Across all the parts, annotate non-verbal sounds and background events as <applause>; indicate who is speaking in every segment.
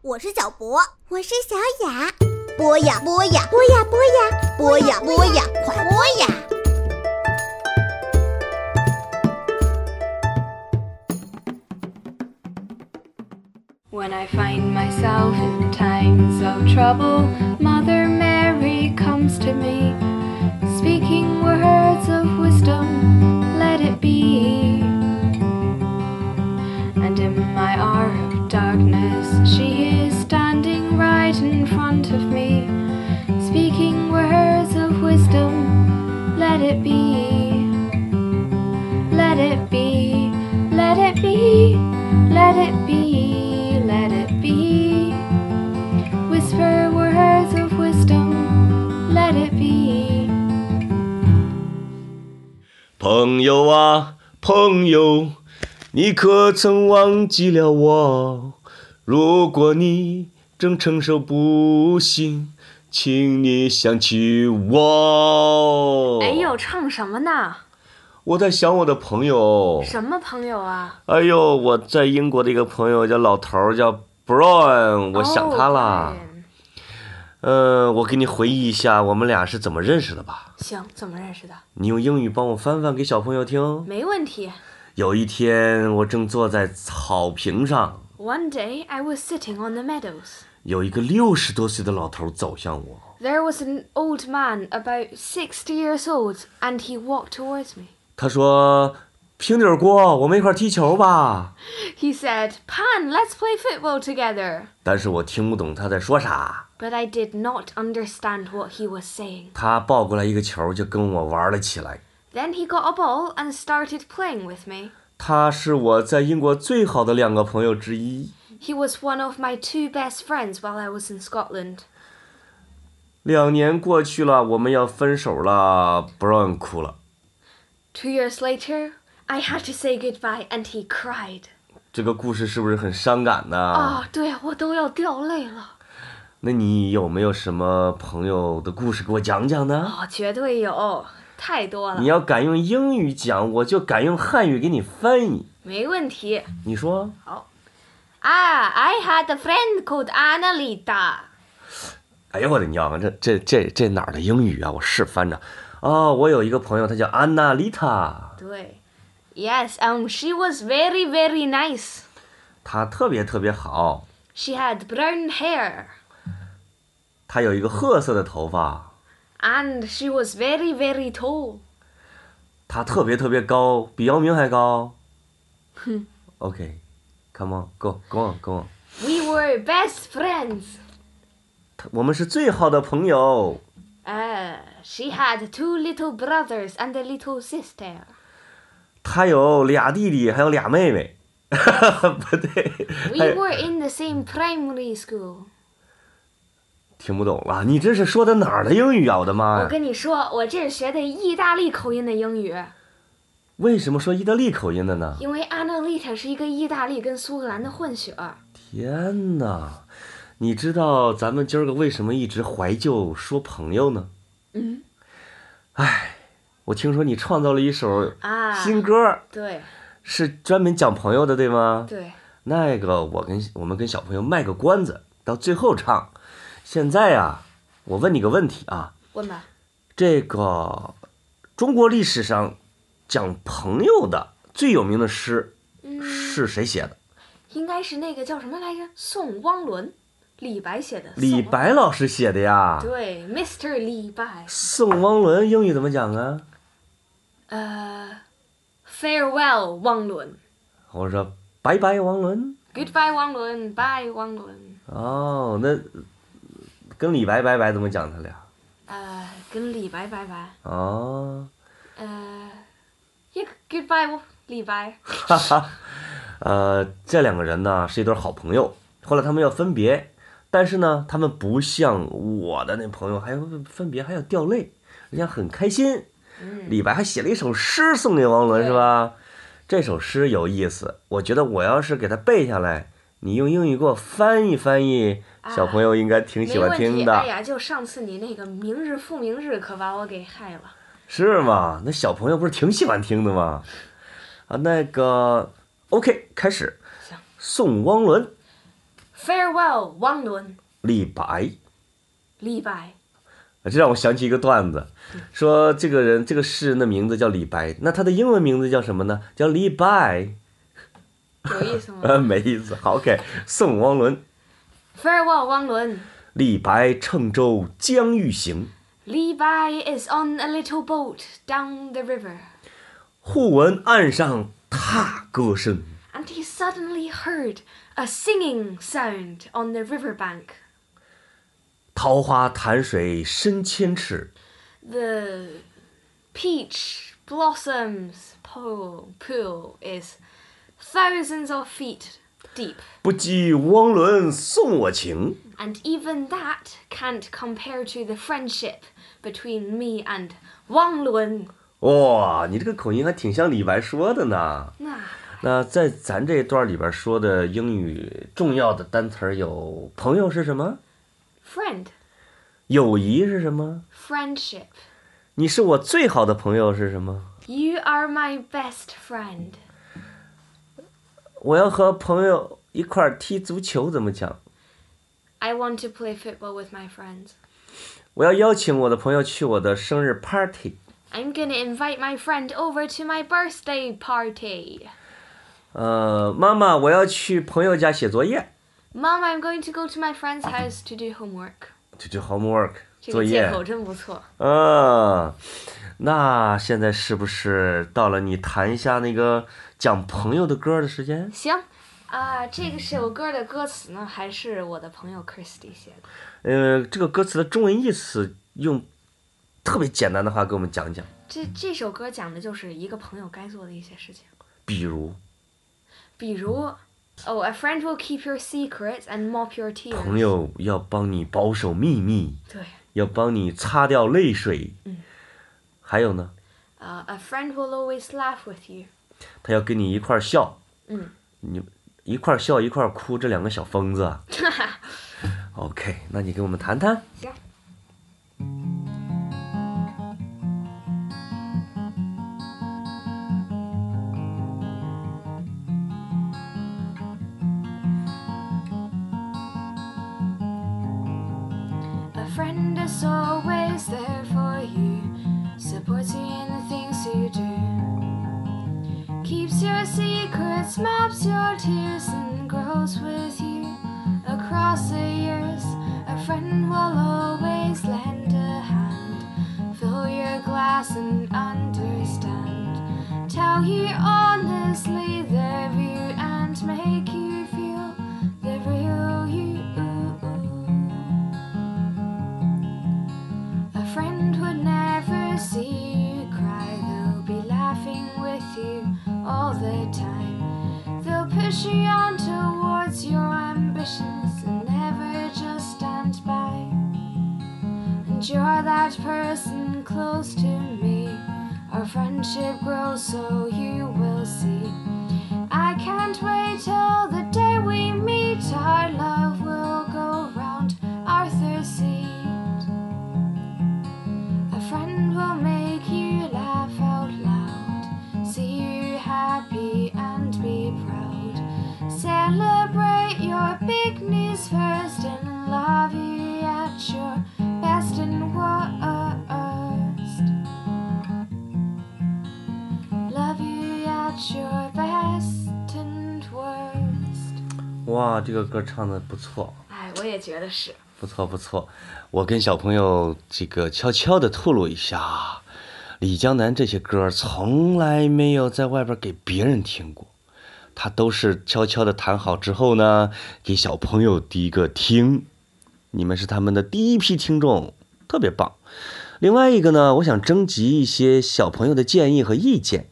Speaker 1: 我是小博，我是小雅。播呀播呀，播呀播呀，播呀播呀，快播呀！
Speaker 2: When I find myself in times of trouble, Mother Mary comes to me, speaking words of wisdom, let it be. And in my hour of darkness, she is standing right in front of me, speaking words of wisdom, let it be. Let it be, let it be, let it be, let it be. Whisper words of wisdom, let it be.
Speaker 3: 朋友啊，朋友，你可曾忘记了我？如果你正承受不幸，请你想起我。
Speaker 4: 哎呦，，唱什么呢？
Speaker 3: 我在想我的朋友。
Speaker 4: 什么朋友啊？
Speaker 3: 哎呦，我在英国的一个朋友叫老头儿，叫 Brown，我想他了
Speaker 4: 哦。Brian
Speaker 3: 嗯、我给你回忆一下我们俩是怎么认识的吧。
Speaker 4: 行，怎么认识的？
Speaker 3: 你用英语帮我翻翻给小朋友听。
Speaker 4: 没问题。
Speaker 3: 有一天，我正坐在草坪上，
Speaker 4: One day I was sitting on the meadows.
Speaker 3: 有一个六十多岁的老头走向我，
Speaker 4: There was an old man about sixty years old, and he walked towards me.
Speaker 3: 他说：“平底儿锅，我们一块儿踢球吧。
Speaker 4: He said, "Pan, let's play football together." ”
Speaker 3: 但是我听不懂他在说啥。
Speaker 4: But I did not understand what he was saying.
Speaker 3: 他抱过来一个球，就跟我玩了起来。
Speaker 4: Then he got a ball and started playing with me.
Speaker 3: 他是我在英国最好的两个朋友之一。
Speaker 4: He was one of my two best friends while I was in Scotland.
Speaker 3: 两年过去了，我们要分手了。Brown 哭了。
Speaker 4: Two years later, I had to say goodbye, and he cried.
Speaker 3: 这个故事是不是很伤感呢？
Speaker 4: 啊，对我都要掉泪了。
Speaker 3: 那你有没有什么朋友的故事给我讲讲呢？
Speaker 4: 哦，绝对有，太多了
Speaker 3: 你，要敢用英语讲，我就敢用汉语给你翻译。
Speaker 4: 没问题。
Speaker 3: 你说？
Speaker 4: 啊，I had a friend called Annalita。
Speaker 3: 哎呦我的娘啊！这这这这哪儿的英语啊？我是翻着。哦，我有一个朋友，她叫安娜丽塔，
Speaker 4: 对，Yes, um, she was very, very nice.
Speaker 3: 她特别特别好，
Speaker 4: She had brown hair,
Speaker 3: 她有一个褐色的头发，
Speaker 4: and she was very, very tall.
Speaker 3: 她特别特别高，比姚明还高。哼。OK，Come、on, go go on go on，
Speaker 4: We were best friends.
Speaker 3: 她我们是最好的朋友。
Speaker 4: Uh, she had two little brothers and a little sister.
Speaker 3: 她有俩弟弟，还有俩妹妹。 <laughs> 不对，
Speaker 4: We
Speaker 3: 哎
Speaker 4: were in the same primary school.
Speaker 3: 听不懂了。你这是说的哪儿的英语啊？我的妈
Speaker 4: 我
Speaker 3: 呀！
Speaker 4: 跟你说，我这是学的意大利口音的英语。
Speaker 3: 为什么说意大利口音的呢？
Speaker 4: 因为安娜丽塔是一个意大利跟苏格兰的混血儿，
Speaker 3: 天哪！你知道咱们今儿个为什么一直怀旧说朋友呢？嗯。哎，我听说你创造了一首
Speaker 4: 啊
Speaker 3: 新歌，
Speaker 4: 对
Speaker 3: 是专门讲朋友的，对吗？
Speaker 4: 对，
Speaker 3: 那个，我跟我们跟小朋友卖个关子，到最后唱。现在呀、我问你个问题啊，
Speaker 4: 问吧，
Speaker 3: 这个中国历史上讲朋友的最有名的诗
Speaker 4: 嗯
Speaker 3: 是谁写的？
Speaker 4: 应该是那个叫什么来着？宋汪伦，李白写的。
Speaker 3: 李
Speaker 4: 宋汪
Speaker 3: 白老师写的呀。
Speaker 4: 对，Mr. 李白，
Speaker 3: 宋汪伦英语怎么讲啊？
Speaker 4: 呃，Farewell 汪伦
Speaker 3: 我说拜拜，汪伦。
Speaker 4: ，Goodbye 汪伦，Bye 汪伦，
Speaker 3: 哦，那跟李白拜拜怎么讲他俩？
Speaker 4: 呃，跟李白拜拜，
Speaker 3: 哦，
Speaker 4: 呃，也 Goodbye 李白，
Speaker 3: 哈哈， <laughs> 呃，这两个人呢是一对好朋友，后来他们要分别，但是呢，他们不像我的那朋友还要分别还要掉泪，人家很开心。
Speaker 4: 嗯
Speaker 3: 李白还写了一首诗送给汪伦是吧？这首诗有意思，我觉得我要是给他背下来，你用英语给我翻译翻译，小朋友应该挺喜
Speaker 4: 没
Speaker 3: 欢
Speaker 4: 问
Speaker 3: 听
Speaker 4: 题。
Speaker 3: 的。
Speaker 4: 哎呀，就上次你那个明日复明日可把我给害了。
Speaker 3: 是吗？那小朋友不是挺喜欢听的吗？啊，那个，OK，开始。
Speaker 4: 行
Speaker 3: 宋汪伦，
Speaker 4: Farewell, Wang Lun,
Speaker 3: 李白。
Speaker 4: Li Bai.
Speaker 3: 这让我想起一个段子，说这个人这个诗人的名字叫李白，那他的英文名字叫什么呢？叫李白，
Speaker 4: 有意思吗
Speaker 3: 呃，没意思。好，OK，送汪伦，
Speaker 4: ？Farewell, Wang Lun.
Speaker 3: 李白乘舟将欲行，
Speaker 4: Li Bai is on a little boat down the river,
Speaker 3: 忽闻岸上踏歌声，
Speaker 4: and he suddenly heard a singing sound on the river bank.
Speaker 3: 桃花潭水深千尺，
Speaker 4: The peach blossoms pool, pool is thousands of feet deep,
Speaker 3: 不及汪伦送我情。
Speaker 4: and even that can't compare to the friendship between me and Wang Lun.
Speaker 3: 哇，你这个口音还挺像李白说的呢。
Speaker 4: Ah,
Speaker 3: 那在咱这一段里边说的英语重要的单词儿有朋友是什么？
Speaker 4: friend,
Speaker 3: 友谊是什么？
Speaker 4: friendship.
Speaker 3: 你是我最好的朋友是什么？
Speaker 4: You are my best friend.
Speaker 3: 我要和朋友一块儿踢足球，怎么讲？
Speaker 4: I want to play football with my friends.
Speaker 3: 我要邀请我的朋友去我的生日 party。
Speaker 4: I'm gonna invite my friend over to my birthday party.
Speaker 3: 呃，妈妈，我要去朋友家写作业。
Speaker 4: Mom, I'm going to go to my friend's house to do homework.
Speaker 3: 这就 homework 作业。
Speaker 4: 这个借口真不错。
Speaker 3: 嗯，那现在是不是到了你弹一下那个讲朋友的歌的时间？
Speaker 4: 行，啊、这个首歌的歌词呢，还是我的朋友 Christy 写的。
Speaker 3: 呃，这个歌词的中文意思用特别简单的话给我们讲讲，
Speaker 4: 这这首歌讲的就是一个朋友该做的一些事情，
Speaker 3: 比如
Speaker 4: 比如，Oh, a friend will keep your secrets and mop your tears。
Speaker 3: 朋友要帮你保守秘密。
Speaker 4: 对，
Speaker 3: 要帮你擦掉泪水。
Speaker 4: 嗯。
Speaker 3: 还有呢，
Speaker 4: 呃、a friend will always laugh with you。
Speaker 3: 他要跟你一块儿笑。
Speaker 4: 嗯。
Speaker 3: 你一块儿笑一块儿哭，这两个小疯子
Speaker 4: <laughs>
Speaker 3: 啊。OK，那你给我们谈谈。
Speaker 4: 行。A friend is always there for you, supports you in the things you do. Keeps your secrets, mops your tears, and grows with you across the years. A friend will always lend a hand, fill your glass and understand. Tell you honestly their view and make you feel the real you. A friend would never see you cry, they'll be laughing with you all the time. They'll push you on towards your ambitions and never just stand by. And you're that person close to me. Our friendship grows, so you will see. I can't wait till the day we meet. Our love will go round Arthur's Seat. A friend will make you laugh out loud, see you happy and be proud. Celebrate your big news first and love you at your best and worst. Love you at your best and worst.
Speaker 3: 哇，这个歌唱的不错，
Speaker 4: 哎，我也觉得是。
Speaker 3: 不错，不错。我跟小朋友这个悄悄的透露一下，李江南这些歌从来没有在外边给别人听过。他都是悄悄的弹好之后呢，给小朋友第一个听。你们是他们的第一批听众，特别棒。另外一个呢，我想征集一些小朋友的建议和意见，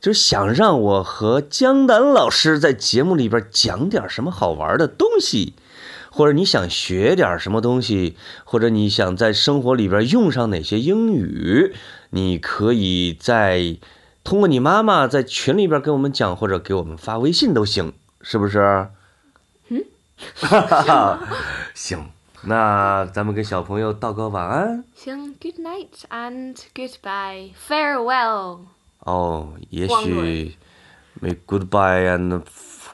Speaker 3: 就是想让我和江南老师在节目里边讲点什么好玩的东西，或者你想学点什么东西，或者你想在生活里边用上哪些英语，你可以在通过你妈妈在群里边跟我们讲，或者给我们发微信都行，是不是？嗯，哈哈哈， <laughs> 行，那咱们跟小朋友道个晚安。
Speaker 4: 行，Good night and goodbye, farewell.
Speaker 3: 哦，也
Speaker 4: 光
Speaker 3: 许
Speaker 4: 棍
Speaker 3: may goodbye and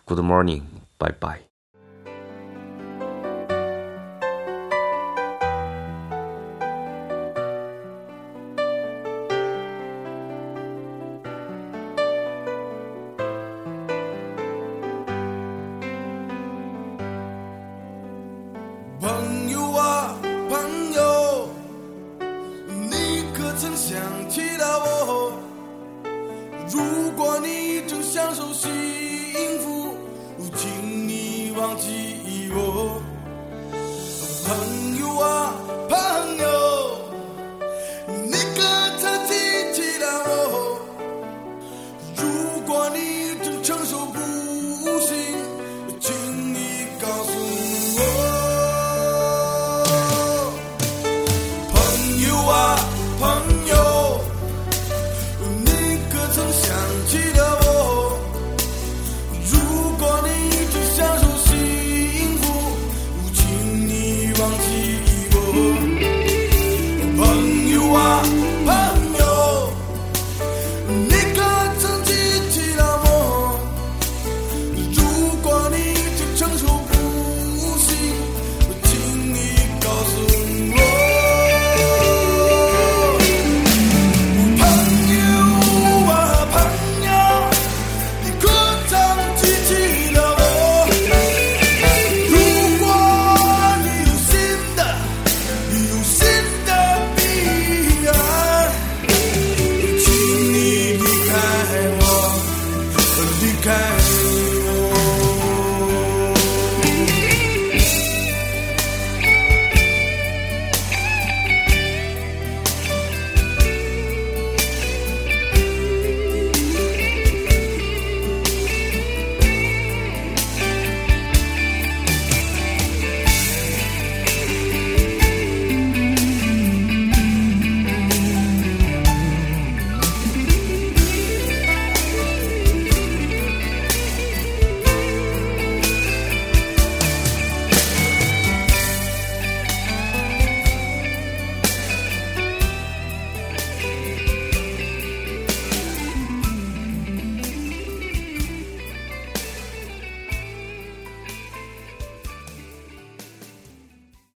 Speaker 3: good morning，拜拜。
Speaker 1: Bye
Speaker 5: 啊想起了我。如果你正享受幸福，请你忘记我。朋啊啊